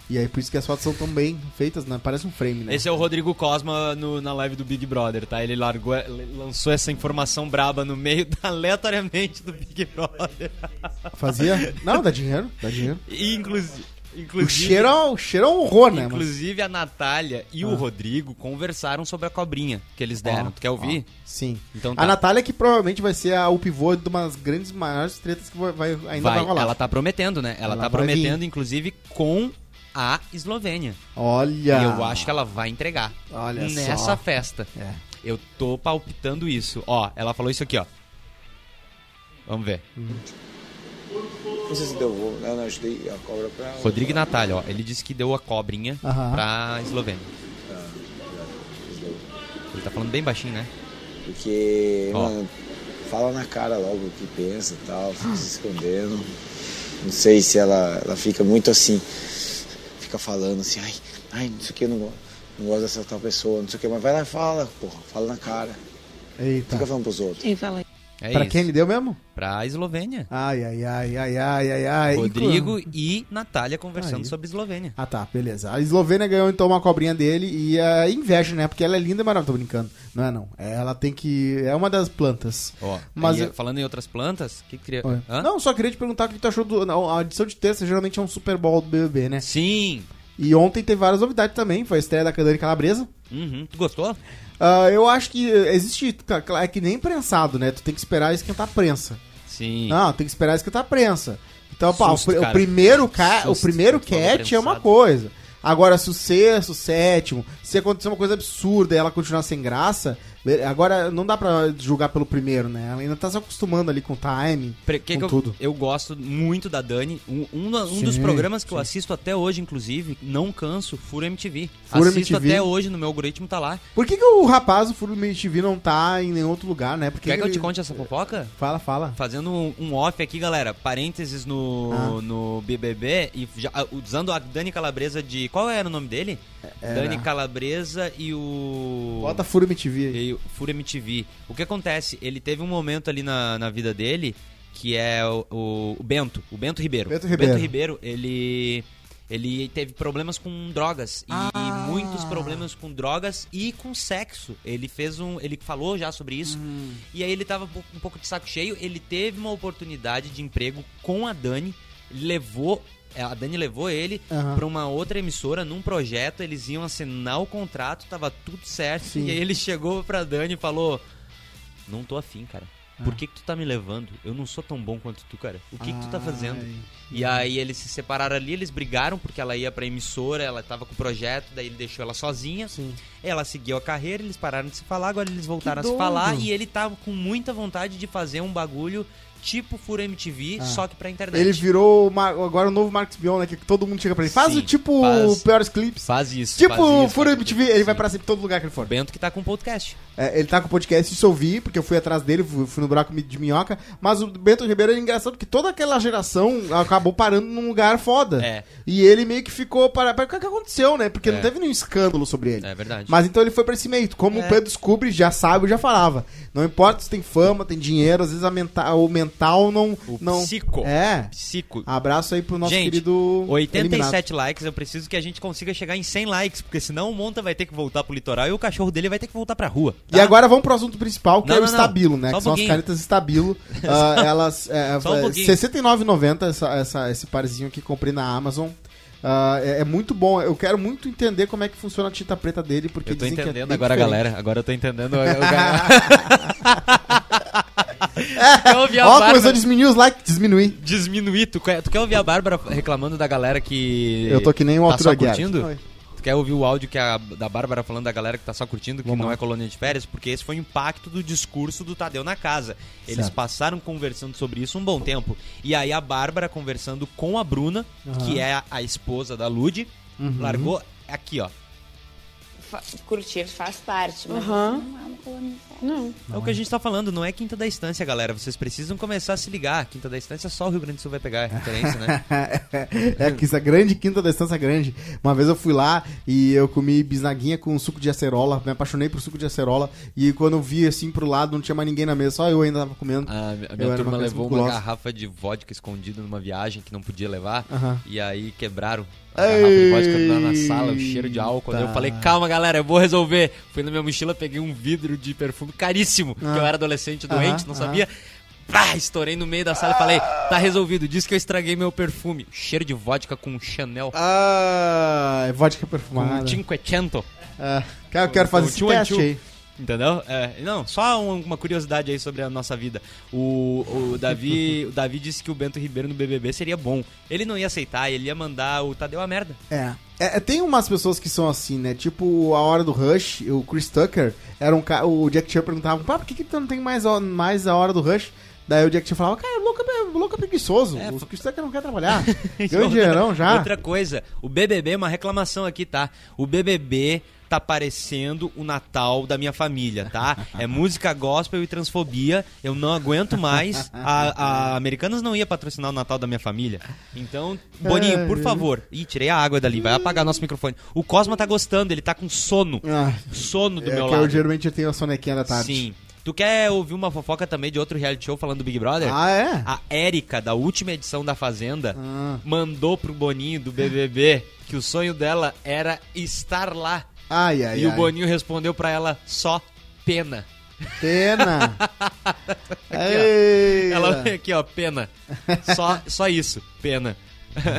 C: E aí por isso que as fotos são tão bem feitas, né? Parece um frame, né?
B: Esse é o Rodrigo Cosma no- na live do Big Brother, tá? Ele largou, ele lançou essa informação braba no meio, da- aleatoriamente, do Big Brother. é
C: Fazia. Não, dá dinheiro, dá dinheiro.
B: E, inclusive,
C: O
B: inclusive,
C: cheiro, é- o cheiro é um horror, né? Mas...
B: inclusive a Natália e o Rodrigo conversaram sobre a cobrinha que eles deram.
C: Ó,
B: tu quer ouvir?
C: ó, Sim.
B: Então
C: A
B: tá.
C: Natália que provavelmente vai ser a, o pivô de umas grandes, maiores tretas que vai, vai- ainda vai,
B: Vai,
C: rolar.
B: ela tá prometendo, né? Ela,
C: Ela
B: tá
C: vai
B: prometendo, inclusive, com a Eslovênia.
C: Olha.
B: E eu acho que ela vai entregar.
C: Ah. Olha só.
B: Nessa festa.
C: É.
B: Eu tô palpitando isso. Ó, ela falou isso aqui, ó. Vamos ver.
G: Não sei se deu voo, né? Não, ajudei a cobra pra.
B: Rodrigo e Natália, ó. Ele disse que deu a cobrinha
C: Aham.
B: pra Eslovênia. Ele tá falando bem baixinho, né?
G: Porque,
B: Ó.
G: mano, fala na cara logo o que pensa e tal, fica se escondendo. Não sei se ela, ela fica muito assim, fica falando assim, ai, ai, não sei o que, não, go- não gosto dessa tal pessoa, não sei o que, mas vai lá e fala, porra, fala na cara.
B: Tá.
C: Eita.
G: Fica falando pros outros.
E: Ele fala
B: É
C: Pra
B: isso.
C: quem ele deu mesmo?
B: Pra Eslovênia.
C: Ai, ai, ai, ai, ai, ai, ai.
B: Rodrigo e Natália conversando
C: É, Aí.
B: sobre Eslovênia.
C: Ah tá, beleza. A Eslovênia ganhou então uma cobrinha dele e a inveja, né? Porque ela é linda e maravilhosa. Tô brincando. Não é não. Ela tem que. É uma das plantas.
B: Ó,
C: Mas
B: aí,
C: eu-
B: falando em outras plantas, o que que queria...
C: Oi.
B: Hã?
C: Não, só queria te perguntar o que tu achou do. não, A edição de terça geralmente é um Super Bowl do BBB, né?
B: Sim.
C: E ontem teve várias novidades também. Foi a estreia da Cadane Calabresa.
B: Uhum. Tu gostou?
C: Ah, eu acho que existe. É que nem prensado, né? Tu tem que esperar esquentar a prensa.
B: Sim.
C: Não, tem que esperar esquentar a prensa. Então, pá, o
B: Susto,
C: pri- o,
B: cara.
C: primeiro ca... o
B: Susto,
C: primeiro
B: quando fala
C: cat é uma
B: prensado.
C: coisa. Agora, se o sexto, o sétimo, se acontecer uma coisa absurda e ela continuar sem graça, be- agora não dá pra julgar pelo primeiro, né? Ela ainda tá se acostumando ali com o timing.
B: Pre- que
C: Com
B: que eu,
C: tudo.
B: eu gosto muito da Dani. Um, um da- um
C: Sim,
B: dos programas que eu assisto até hoje, inclusive, não canso, Furo MTV.
C: Furo
B: assisto
C: MTV.
B: até hoje, no meu algoritmo tá lá.
C: Por que, que o rapaz, o Furo TV, não tá em nenhum outro lugar, né? Porque
B: Quer que, eu te conte essa fofoca?
C: Fala, fala.
B: Fazendo um, um off aqui, galera. Parênteses no,
C: Ah.
B: no BBB e já- ah, usando a Dani Calabresa de... Qual era o nome dele? Dani Calabresa e o...
C: É, Bota Furo TV aí.
B: veio Fúria MTV. O que acontece? Ele teve um momento ali na, na vida dele que é o, o- o Bento, o Bento Ribeiro.
C: Bento Ribeiro.
B: Bento Ribeiro, ele ele teve problemas com drogas e,
C: Ah.
B: e muitos problemas com drogas e com sexo. Ele fez um, ele falou já sobre isso.
C: Hum.
B: E aí ele tava um pouco- um pouco de saco cheio, ele teve uma oportunidade de emprego com a Dani, levou é, a Dani levou ele
C: Aham.
B: pra uma outra emissora, num projeto, eles iam assinar o contrato, tava tudo certo.
C: Sim.
B: E aí ele chegou pra Dani e falou: Não tô afim, cara.
C: Ah.
B: Por que, que tu tá me levando? Eu não sou tão bom quanto tu, cara. O que, que tu
C: Ah,
B: tá fazendo?
C: Ai.
B: E aí eles se separaram ali, eles brigaram porque ela ia pra emissora, ela tava com o projeto, daí ele deixou ela sozinha.
C: Sim.
B: Ela seguiu a carreira, eles pararam de se falar, agora eles voltaram
C: Que
B: a se falar
C: doido.
B: e ele tava com muita vontade de fazer um bagulho tipo Furo MTV,
C: Ah.
B: só que pra internet.
C: Ele virou o Mar- agora o novo Marcos Bion, né? Que todo mundo chega pra ele. Faz
B: Sim,
C: o tipo
B: faz.
C: piores clipes.
B: Faz isso.
C: Tipo,
B: faz isso,
C: Furo
B: faz
C: MTV, ele vai
B: Sim.
C: pra sempre todo lugar que ele for.
B: Bento que tá com podcast.
C: É, ele tá com o podcast, isso eu vi, porque eu fui atrás dele, fui fui no buraco de minhoca. Mas o Bento Ribeiro é engraçado porque toda aquela geração acabou parando num lugar foda.
B: É.
C: E ele meio que ficou parado. O que que aconteceu, né? Porque não
B: É.
C: teve nenhum escândalo sobre ele.
B: É verdade.
C: Mas então ele foi pra esse meio. Como o Pedro descobre, já sabe, eu já falava. Não importa se tem fama, tem dinheiro, às vezes a menta- o mental não.
B: O
C: não...
B: psico.
C: É.
B: Psico.
C: Abraço aí pro nosso
B: Gente,
C: querido.
B: 87 likes, eu preciso que a gente consiga chegar em 100 likes, porque senão o Monta vai ter que voltar pro litoral e o cachorro dele vai ter que voltar pra rua.
C: E agora vamos pro assunto principal, que
B: Tá? Não,
C: é o
B: não, não.
C: estabilo, né?
B: Só
C: que
B: um
C: são as
B: pouquinho.
C: canetas estabilo. Ah, elas. É,
B: Só um
C: é,
B: pouquinho.
C: 69,90 essa, essa- esse parzinho que comprei na Amazon. Ah, é, é muito bom. Eu quero muito entender como é que funciona a tinta preta dele, porque
B: Eu tô
C: dizem que é
B: entendendo
C: bem
B: agora, a
C: diferente.
B: galera. Agora eu tô entendendo. a- a galera. Quer ouvir a
C: Ó, começou
B: Bárbara?
C: a diminuir os likes, diminuir.
B: Diminuir. Tu quer, tu quer ouvir a Bárbara reclamando da galera que.
C: Eu tô que nem o
B: tá
C: Arthur
B: só
C: Aguiar.
B: curtindo?
C: Oi.
B: Tu quer ouvir o áudio que a, da Bárbara falando da galera que tá só curtindo, que
C: Vamos
B: não
C: lá.
B: é colônia de férias? Porque esse foi o impacto do discurso do Tadeu na casa. Eles
C: Certo.
B: passaram conversando sobre isso um bom tempo. E aí a Bárbara conversando com a Bruna, que é a, a esposa da Lud,
C: Uhum.
B: largou aqui, ó.
H: Curtir faz parte, mas isso não é uma colônia de férias.
D: Não.
B: É o que a gente tá falando, não é Quinta da Estância, galera. Vocês precisam começar a se ligar. Quinta da Estância é só o Rio Grande do Sul vai pegar a referência, né?
C: é que essa grande quinta da Estância Grande. Uma vez eu fui lá e eu comi bisnaguinha com suco de acerola, me apaixonei por suco de acerola e quando eu vi assim pro lado não tinha mais ninguém na mesa, só eu ainda tava comendo.
B: A, a Ah, minha
C: Eu era uma
B: turma
C: criança
B: levou uma
C: musculosa.
B: garrafa de vodka escondida numa viagem que não podia levar.
C: Aham.
B: E aí quebraram a garrafa de vodka lá na sala, o cheiro de álcool. Daí Eu
C: Eita.
B: falei, calma, galera, eu vou resolver. Fui na minha mochila, peguei um vidro de perfume caríssimo, que eu era adolescente doente,
C: Ah. Aham,
B: não
C: aham.
B: sabia. Pá, estourei no meio da sala e falei, tá resolvido, disse que eu estraguei meu perfume. Cheiro de vodka com Chanel,
C: Ah, vodka
B: com
C: perfumada.
B: Cinquecento.
C: Ah, cara, eu quero fazer
B: O
C: esse
B: tio é
C: teste
B: tio.
C: aí.
B: Entendeu? É, não, só um- uma curiosidade aí sobre a nossa vida. O, o Davi, o Davi disse que o Bento Ribeiro no BBB seria bom. Ele não ia aceitar, ele ia mandar o Tadeu a merda.
C: É. É, é, tem umas pessoas que são assim, né? Tipo, a hora do Rush, o Chris Tucker, era um ca... o Jack Chan perguntava, pá, por que, que tu não tem mais, ho- mais a hora do Rush? Daí o Jack Chan falava, cara, louco é louco é preguiçoso,
B: É,
C: o
B: fa-
C: Chris Tucker não quer trabalhar. Ganhou
B: é Outra-
C: um dinheirão já.
B: Outra coisa, o BBB, é uma reclamação aqui, tá? O BBB tá parecendo o Natal da minha família, tá? É música gospel e transfobia, eu não aguento mais. A, a Americanas não ia patrocinar o Natal da minha família. Então, Boninho, por favor. Ih, tirei a água dali, vai apagar nosso microfone. O Cosma tá gostando, ele tá com sono.
C: Ah,
B: Sono do
C: é
B: meu
C: que
B: lado.
C: eu geralmente eu tenho a sonequinha da tarde.
B: Sim. Tu quer ouvir uma fofoca também de outro reality show falando do Big Brother?
C: Ah, é?
B: A Érica, da última edição da Fazenda,
C: Ah.
B: mandou pro Boninho do BBB que o sonho dela era estar lá.
C: Ai, ai,
B: e
C: ai.
B: o Boninho respondeu pra ela só pena.
C: Pena.
B: ó.
C: Ei,
B: Ela aqui, ó, pena. Só, só isso, pena.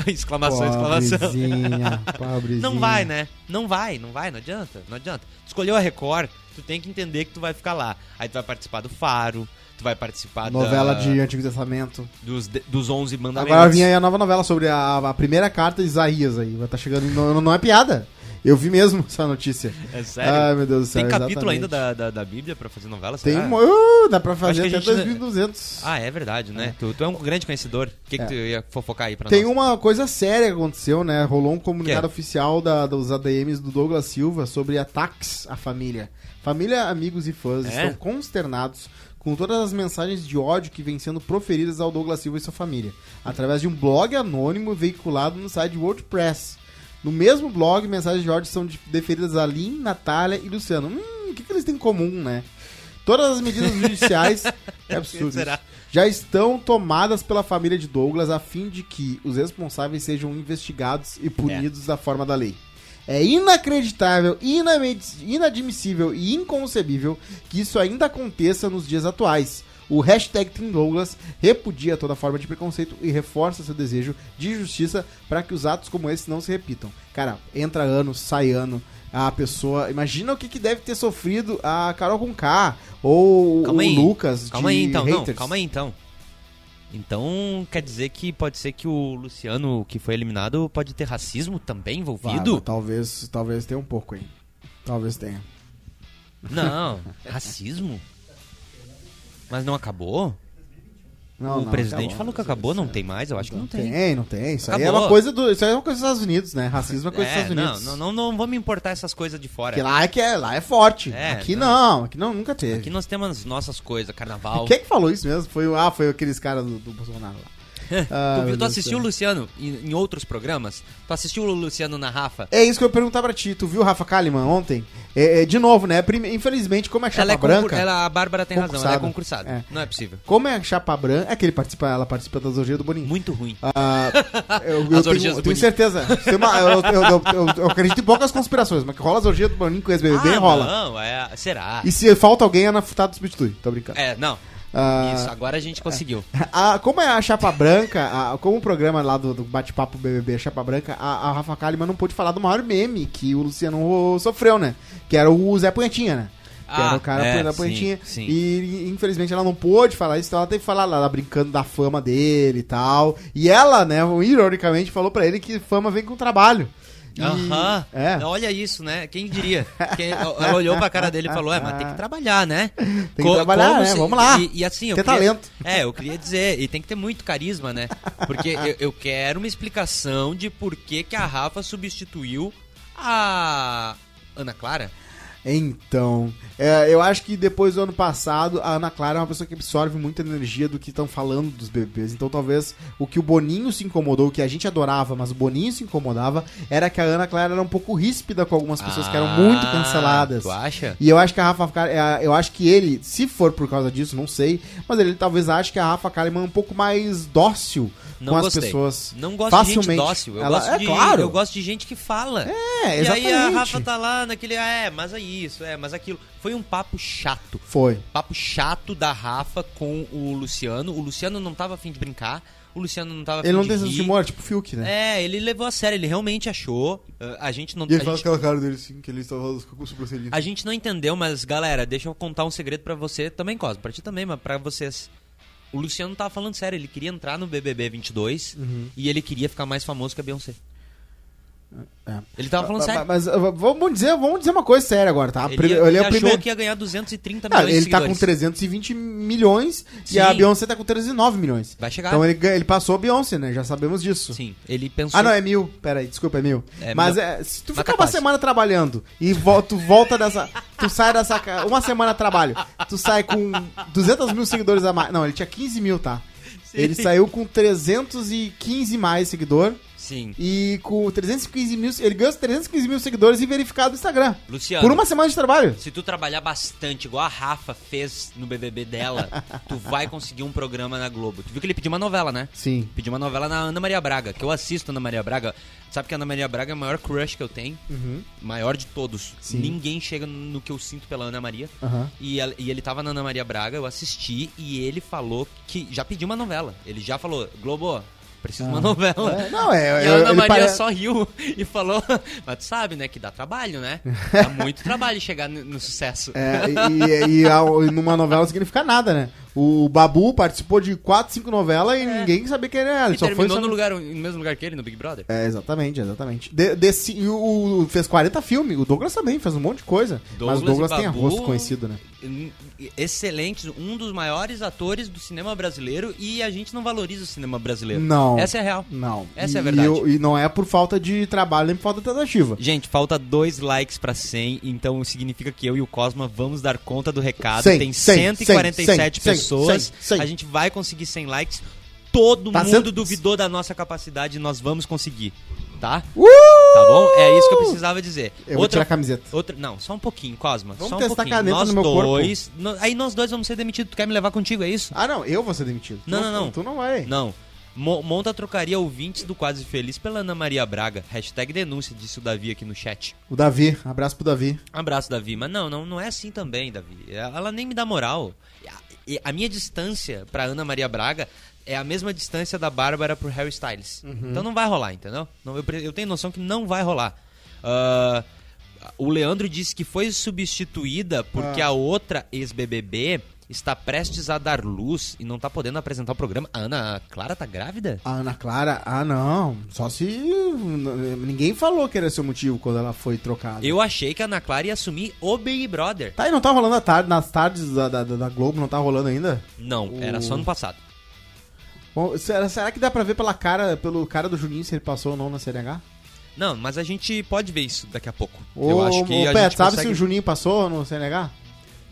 B: exclamação, exclamação.
C: Pobrezinha, pobrezinha.
B: Não vai, né? Não vai, não vai, não adianta, não adianta. Tu escolheu a Record, tu tem que entender que tu vai ficar lá. Aí tu vai participar do Faro, tu vai participar da-
C: Novela de
B: Ah.
C: Antigo Testamento.
B: dos, de- dos 11 mandamentos.
C: Agora vinha aí a nova novela sobre a, a primeira carta de Isaías aí. Vai estar chegando. Não, não é piada. Eu vi mesmo essa notícia.
B: É sério?
C: Ai, meu Deus do céu.
B: Tem capítulo
C: exatamente.
B: ainda da, da, da Bíblia pra fazer novela?
C: Tem
B: será?
C: um. Uh, dá pra fazer
B: Acho que
C: até
B: a gente-
C: 2200.
B: Ah, é verdade, né? Tu, tu é um grande conhecedor. O que, que tu ia fofocar aí pra
C: É. Tem
B: nós?
C: uma coisa séria que aconteceu, né? Rolou um comunicado
B: Que é?
C: oficial da- dos ADMs do Douglas Silva sobre ataques à família. Família, amigos e fãs
B: É?
C: estão consternados com todas as mensagens de ódio que vêm sendo proferidas ao Douglas Silva e sua família, através de um blog anônimo veiculado no site WordPress. No mesmo blog, mensagens de ódio são de- deferidas a Lin, Natália e Luciano. Hum, o que, que eles têm em comum, né? Todas as medidas judiciais. é absurdo. isso.
B: Será?
C: Já estão tomadas pela família de Douglas a fim de que os responsáveis sejam investigados e punidos da forma da lei. É inacreditável, inamedi- inadmissível e inconcebível que isso ainda aconteça nos dias atuais. O hashtag Team Douglas repudia toda forma de preconceito e reforça seu desejo de justiça para que os atos como esse não se repitam. Cara, entra ano, sai ano, a pessoa. Imagina o que, que deve ter sofrido a Carol Conká ou
B: Calma
C: o
B: aí.
C: Lucas.
B: Calma
C: de
B: aí então,
C: haters.
B: não, calma aí então. Então quer dizer que pode ser que o Luciano, que foi eliminado, pode ter racismo também
C: Vai,
B: envolvido?
C: mas talvez, talvez tenha um pouco aí. Talvez tenha.
B: Não, racismo? Mas não acabou?
C: Não,
B: o
C: não,
B: presidente
C: acabou.
B: falou que acabou, não tem mais? Eu acho que não tem.
C: Tem, não tem. Isso aí é
B: Acabou.
C: uma coisa do, isso aí é uma coisa dos Estados Unidos, né? Racismo é coisa dos
B: É,
C: Estados
B: não,
C: Unidos.
B: não, não, não vou me importar essas coisas de fora.
C: Porque lá é que é, lá é forte.
B: É,
C: aqui não.
B: não.
C: aqui não, nunca teve.
B: Aqui nós temos as nossas coisas, carnaval.
C: Quem é que falou isso mesmo? Foi o ah, foi aqueles caras do, do Bolsonaro lá. Ah,
B: tu,
C: meu
B: viu, tu
C: Deus
B: assistiu o
C: do céu.
B: Luciano em, em outros programas? Tu assistiu o Luciano na Rafa?
C: É isso que eu ia perguntar pra ti. Tu viu o Rafa Kalimann ontem? É, é, de novo, né? Prime- Infelizmente, como é chapa
B: Ela é concur-
C: branca.
B: ela, a Bárbara tem razão, ela é
C: Concursada.
B: concursada.
C: É.
B: Não é possível.
C: Como é chapa branca. É que ele participa, ela participa da orgia do Boninho.
B: Muito ruim.
C: Ah, Eu, eu
B: As
C: tenho,
B: orgias
C: eu
B: do
C: tenho
B: Boninho.
C: certeza. Tem uma- eu, eu- eu- eu- eu acredito em poucas conspirações, mas que rola as orgias do Boninho com o ex-BBB,
B: Ah,
C: rola.
B: Não, é, será?
C: E se falta alguém, é na futada do substitui. Tô brincando.
B: É, não.
C: Ah,
B: Isso, agora a gente conseguiu.
C: a- como é a Chapa Branca, a- como o programa lá do, do bate-papo BBB Chapa Branca, a, a Rafa Kalimann não pôde falar do maior meme que o Luciano sofreu, né? Que era o Zé Punhetinha, né? Que
B: Ah,
C: era o cara
B: é,
C: da
B: sim,
C: Punhetinha.
B: sim.
C: E infelizmente ela não pôde falar isso, então ela teve que falar lá, lá brincando da fama dele e tal. E ela, né, ironicamente, falou pra ele que fama vem com trabalho. E-
B: Aham.
C: É.
B: Olha isso, né? Quem diria? Quem- ela olhou pra cara dele e falou: É, mas tem que trabalhar, né? Tem
C: que trabalhar, né? Vamos lá.
B: E, e assim, eu
C: Ter
B: queria-
C: talento.
B: É, eu queria dizer, e tem que ter muito carisma, né? Porque eu, eu quero uma explicação de por que, que a Rafa substituiu a Ana Clara.
C: Então, é, eu acho que depois do ano passado, a Ana Clara é uma pessoa que absorve muita energia do que estão falando dos bebês. Então, talvez o que o Boninho se incomodou, que a gente adorava, mas o Boninho se incomodava, era que a Ana Clara era um pouco ríspida com algumas pessoas que eram muito
B: Ah,
C: canceladas.
B: Tu acha?
C: E eu acho que a Rafa Kal- é, eu acho que ele, se for por causa disso, não sei, mas ele talvez ache que a Rafa Kalimann é um pouco mais dócil
B: Não
C: com as
B: gostei.
C: pessoas.
B: Não gosto de gente
C: Facilmente.
B: dócil. Eu,
C: Ela-
B: gosto
C: é
B: de,
C: claro.
B: eu gosto de gente que fala.
C: É,
B: e
C: exatamente.
B: aí a Rafa tá lá naquele, ah, é, mas é isso, é, mas aquilo. Foi um papo chato.
C: Foi.
B: Papo chato da Rafa com o Luciano. O Luciano não tava afim de brincar. O Luciano não tava afim
C: Ele não
B: de
C: tem senso
B: rir.
C: de humor, tipo o Fiuk, né?
B: É, ele levou a sério, ele realmente achou. ah, A gente não. A gente,
C: aquela cara dele assim, que ele estava com o sobrancelhinho.
B: a gente não entendeu, mas galera, deixa eu contar um segredo pra você também, Cosmo. Pra ti também, mas pra vocês. O Luciano tava falando sério, ele queria entrar no BBB 22
C: Uhum.
B: e ele queria ficar mais famoso que a Beyoncé.
C: É.
B: Ele tava falando
C: Mas-
B: sério.
C: Mas, mas, uh, vamos dizer, vamos dizer uma coisa séria agora, tá?
B: Ele,
C: Prime-
B: ele,
C: eu olhei o
B: achou
C: primeiro-
B: que ia ganhar 230
C: Cara,
B: milhões de
C: ele tá com
B: seguidores.
C: 320 milhões e
B: Sim.
C: a Beyoncé tá com 39 milhões.
B: Vai chegar.
C: Então ele, gan- ele passou a Beyoncé, né? Já sabemos disso.
B: Sim, ele pensou.
C: Ah, não, é mil. Pera aí, desculpa, é mil.
B: É
C: mas
B: mil.
C: é, se tu
B: Mas
C: ficar
B: tá
C: uma
B: quase.
C: semana trabalhando e vol- tu volta dessa. Tu sai dessa. ca- Uma semana trabalho, tu sai com 200 mil seguidores a mais. Não, ele tinha 15 mil, tá? Ele saiu com 315 mais seguidor.
B: Sim.
C: E com 315 mil, ele ganhou os 315 mil seguidores e verificado no Instagram.
B: Luciano.
C: Por uma semana de trabalho.
B: Se tu trabalhar bastante, igual a Rafa fez no BBB dela, tu vai conseguir um programa na Globo. Tu viu que ele pediu uma novela, né?
C: Sim.
B: Pediu uma novela na Ana Maria Braga, que eu assisto Ana Maria Braga. Sabe que a Ana Maria Braga é a maior crush que eu tenho, maior de todos.
C: Uhum. Sim.
B: Ninguém chega no que eu sinto pela Ana Maria.
C: Aham.
B: E, ela- e ele tava na Ana Maria Braga, eu assisti e ele falou que já pediu uma novela. Ele já falou: Globo, preciso de uma novela.
C: É, não, é.
B: E
C: eu-
B: a Ana
C: ele
B: Maria
C: pare-
B: só riu e falou, mas tu sabe, né, que dá trabalho, né? Dá muito trabalho chegar no, no sucesso.
C: É, e, e- e a- e numa novela não significa nada, né? O Babu participou de 4, 5 novelas e ninguém sabia quem era. Ele
B: É. e
C: só foi.
B: terminou no, lugar, no mesmo lugar que ele, no Big Brother.
C: É, exatamente, exatamente. De, desse, e o, o- fez 40 filmes. O Douglas também fez um monte de coisa.
B: Douglas
C: mas o Douglas
B: e
C: tem
B: Babu-
C: rosto conhecido, né?
B: Excelente, um dos maiores atores do cinema brasileiro e a gente não valoriza o cinema brasileiro.
C: Não.
B: Essa é a real.
C: Não.
B: Essa é a
C: E
B: verdade.
C: eu- E, não é por falta de trabalho, nem por falta de tentativa.
B: Gente, falta dois likes pra 100, então significa que eu e o Cosma vamos dar conta do recado.
C: 100,
B: Tem
C: 100,
B: 147
C: 100, 100,
B: pessoas.
C: 100.
B: A gente vai conseguir 100 likes. Todo
C: Tá
B: mundo
C: sendo-
B: duvidou da nossa capacidade e nós vamos conseguir, tá?
C: Uh!
B: Tá bom? É isso que eu precisava dizer.
C: Eu vou tirar a camiseta.
B: outra, não, só um pouquinho, Cosma.
C: Vamos
B: só um
C: testar
B: pouquinho.
C: caneta
B: nós
C: no meu corpo.
B: dois, no- aí nós dois vamos ser demitidos. Tu quer me levar contigo, é isso?
C: Ah, não, eu vou ser demitido.
B: Não,
C: Tu-
B: não, não.
C: Tu não vai.
B: Não. Mo- monta a trocaria ouvintes do Quase Feliz pela Ana Maria Braga. Hashtag denúncia, disse o Davi aqui no chat.
C: O Davi, abraço pro Davi.
B: Abraço, Davi. Mas não, não, não é assim também, Davi. Ela nem me dá moral. E a- e A, minha distância pra Ana Maria Braga é a mesma distância da Bárbara pro Harry Styles. Então não vai rolar, entendeu? Não, eu, pre- eu tenho noção que não vai rolar. Ah, o Leandro disse que foi substituída porque a outra ex-BBB está prestes a dar luz e não tá podendo apresentar o programa. A Ana Clara tá grávida?
C: A Ana Clara, ah não, só se. n- Ninguém falou que era seu motivo quando ela foi trocada.
B: Eu achei que a Ana Clara ia assumir o Big Brother.
C: Tá, e não tá rolando à tarde, nas tardes da, da, da Globo, não tá rolando ainda?
B: Não, era só no passado.
C: Bom, será, será que dá pra ver pela cara, pelo cara do Juninho se ele passou ou não na CNH?
B: Não, mas a gente pode ver isso daqui a pouco.
C: Ô,
B: eu acho que
C: ô,
B: a
C: Pet,
B: gente
C: sabe
B: consegue...
C: se o Juninho passou no CNH?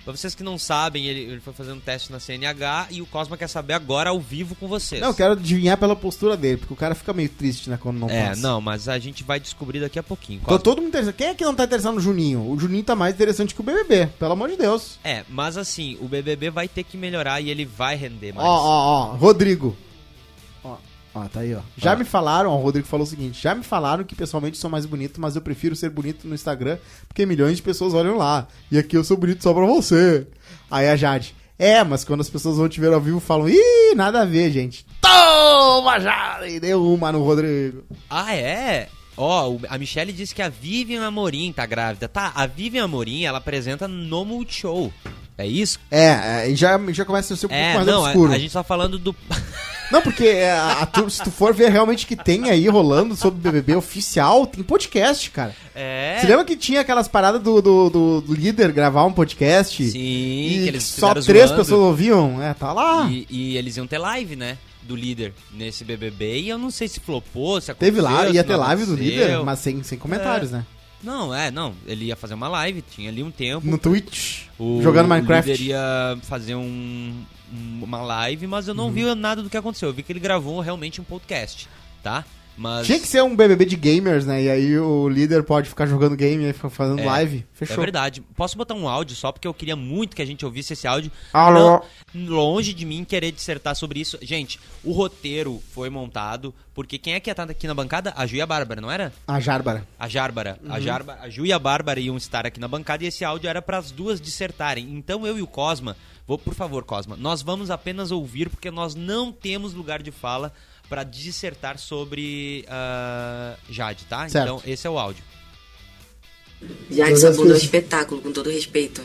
B: Pra vocês que não sabem, ele, ele foi fazendo um teste na CNH e o Cosma quer saber agora ao vivo com vocês.
C: Não, eu quero adivinhar pela postura dele, porque o cara fica meio triste, né, quando não
B: É,
C: passa.
B: não, mas a gente vai descobrir daqui a pouquinho.
C: Tô
B: Cosma.
C: todo mundo interessado. Quem é que não tá interessado no Juninho? O Juninho tá mais interessante que o BBB, pelo amor de Deus.
B: É, mas assim, o BBB vai ter que melhorar e ele vai render mais.
C: Ó, ó, ó, Rodrigo. Ó, ó, tá aí, ó. Já me falaram, ó, o Rodrigo falou o seguinte: já me falaram que pessoalmente sou mais bonito, mas eu prefiro ser bonito no Instagram porque milhões de pessoas olham lá. E aqui eu sou bonito só pra você. Aí a Jade. É, mas quando as pessoas vão te ver ao vivo falam, ih, nada a ver, gente. Toma, Jade! Deu uma no Rodrigo.
B: Ah, é? Ó, o- a Michelle disse que a Vivian Amorim tá grávida. Tá, a Vivian Amorim, ela apresenta no Multishow. É isso?
C: É, é, e já, já começa a ser um pouco
B: É,
C: mais
B: não,
C: obscuro.
B: a, a gente tá falando do...
C: Não, porque é, a, a tu- se tu for ver realmente o que tem aí rolando sobre BBB oficial, tem podcast, cara.
B: é...
C: Você lembra que tinha aquelas paradas do, do, do- do líder gravar um podcast?
B: Sim,
C: E
B: que eles
C: só
B: fizeram
C: três
B: zoando.
C: pessoas ouviam? É, tá lá.
B: E, e eles iam ter live, né? Do líder nesse BBB. E eu não sei se flopou, se aconteceu.
C: Teve lá,
B: se
C: ia
B: não
C: ter live do
B: aconteceu.
C: líder, mas sem, sem comentários, né?
B: Não, é, não. Ele ia fazer uma live, tinha ali um tempo.
C: No Twitch,
B: O
C: jogando Minecraft.
B: líder ia fazer um, um- uma live, mas eu não
C: Uhum.
B: vi nada do que aconteceu. Eu vi que ele gravou realmente um podcast, tá? Mas.
C: Tinha que ser um BBB de gamers, né? E aí o líder pode ficar jogando game e ficar fazendo live.
B: É
C: Fechou.
B: verdade. Posso botar um áudio só, porque eu queria muito que a gente ouvisse esse áudio.
C: Alô?
B: Não- longe de mim querer dissertar sobre isso. Gente, o roteiro foi montado, porque quem é que ia estar aqui na bancada? A Ju e a Bárbara, não era?
C: a Járbara.
B: A Járbara. A,
C: Uhum.
B: Jarba, a Ju e a Bárbara iam estar aqui na bancada e esse áudio era para as duas dissertarem. Então eu e o Cosma, vou, por favor, Cosma, nós vamos apenas ouvir porque nós não temos lugar de fala para dissertar sobre ah, Jade, tá?
C: Certo.
B: Então esse é o áudio.
I: Jade Sabundou é um espetáculo, com todo respeito.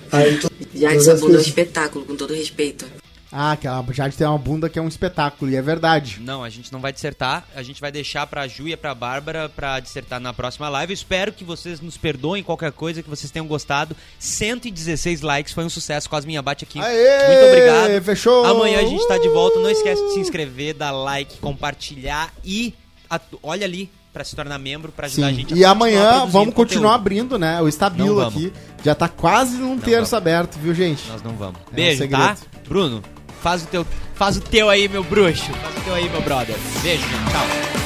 I: Jade Sabundou é um espetáculo, com todo respeito.
C: Ah, aquela Jade tem uma bunda que é um espetáculo, e é verdade.
B: Não, a gente não vai dissertar, a gente vai deixar pra Ju e pra Bárbara pra dissertar na próxima live. Eu espero que vocês nos perdoem qualquer coisa, que vocês tenham gostado. 116 likes, foi um sucesso, Cosminha bate aqui.
C: Aê,
B: Muito obrigado.
C: fechou.
B: Amanhã a gente tá de volta, não esquece de se inscrever, dar like, compartilhar e atu- olha ali pra se tornar membro, pra ajudar a gente a
C: E
B: continuar
C: amanhã
B: produzindo
C: vamos continuar
B: conteúdo.
C: abrindo, né? O Estabilo
B: Não vamos.
C: aqui. Já tá quase num terço
B: vamos.
C: aberto, viu, gente?
B: Nós não vamos.
C: um
B: Beijo, tá? Bruno, faz o teu, faz o teu aí, meu bruxo. Faz o teu aí, meu brother. Beijo, gente. Tchau.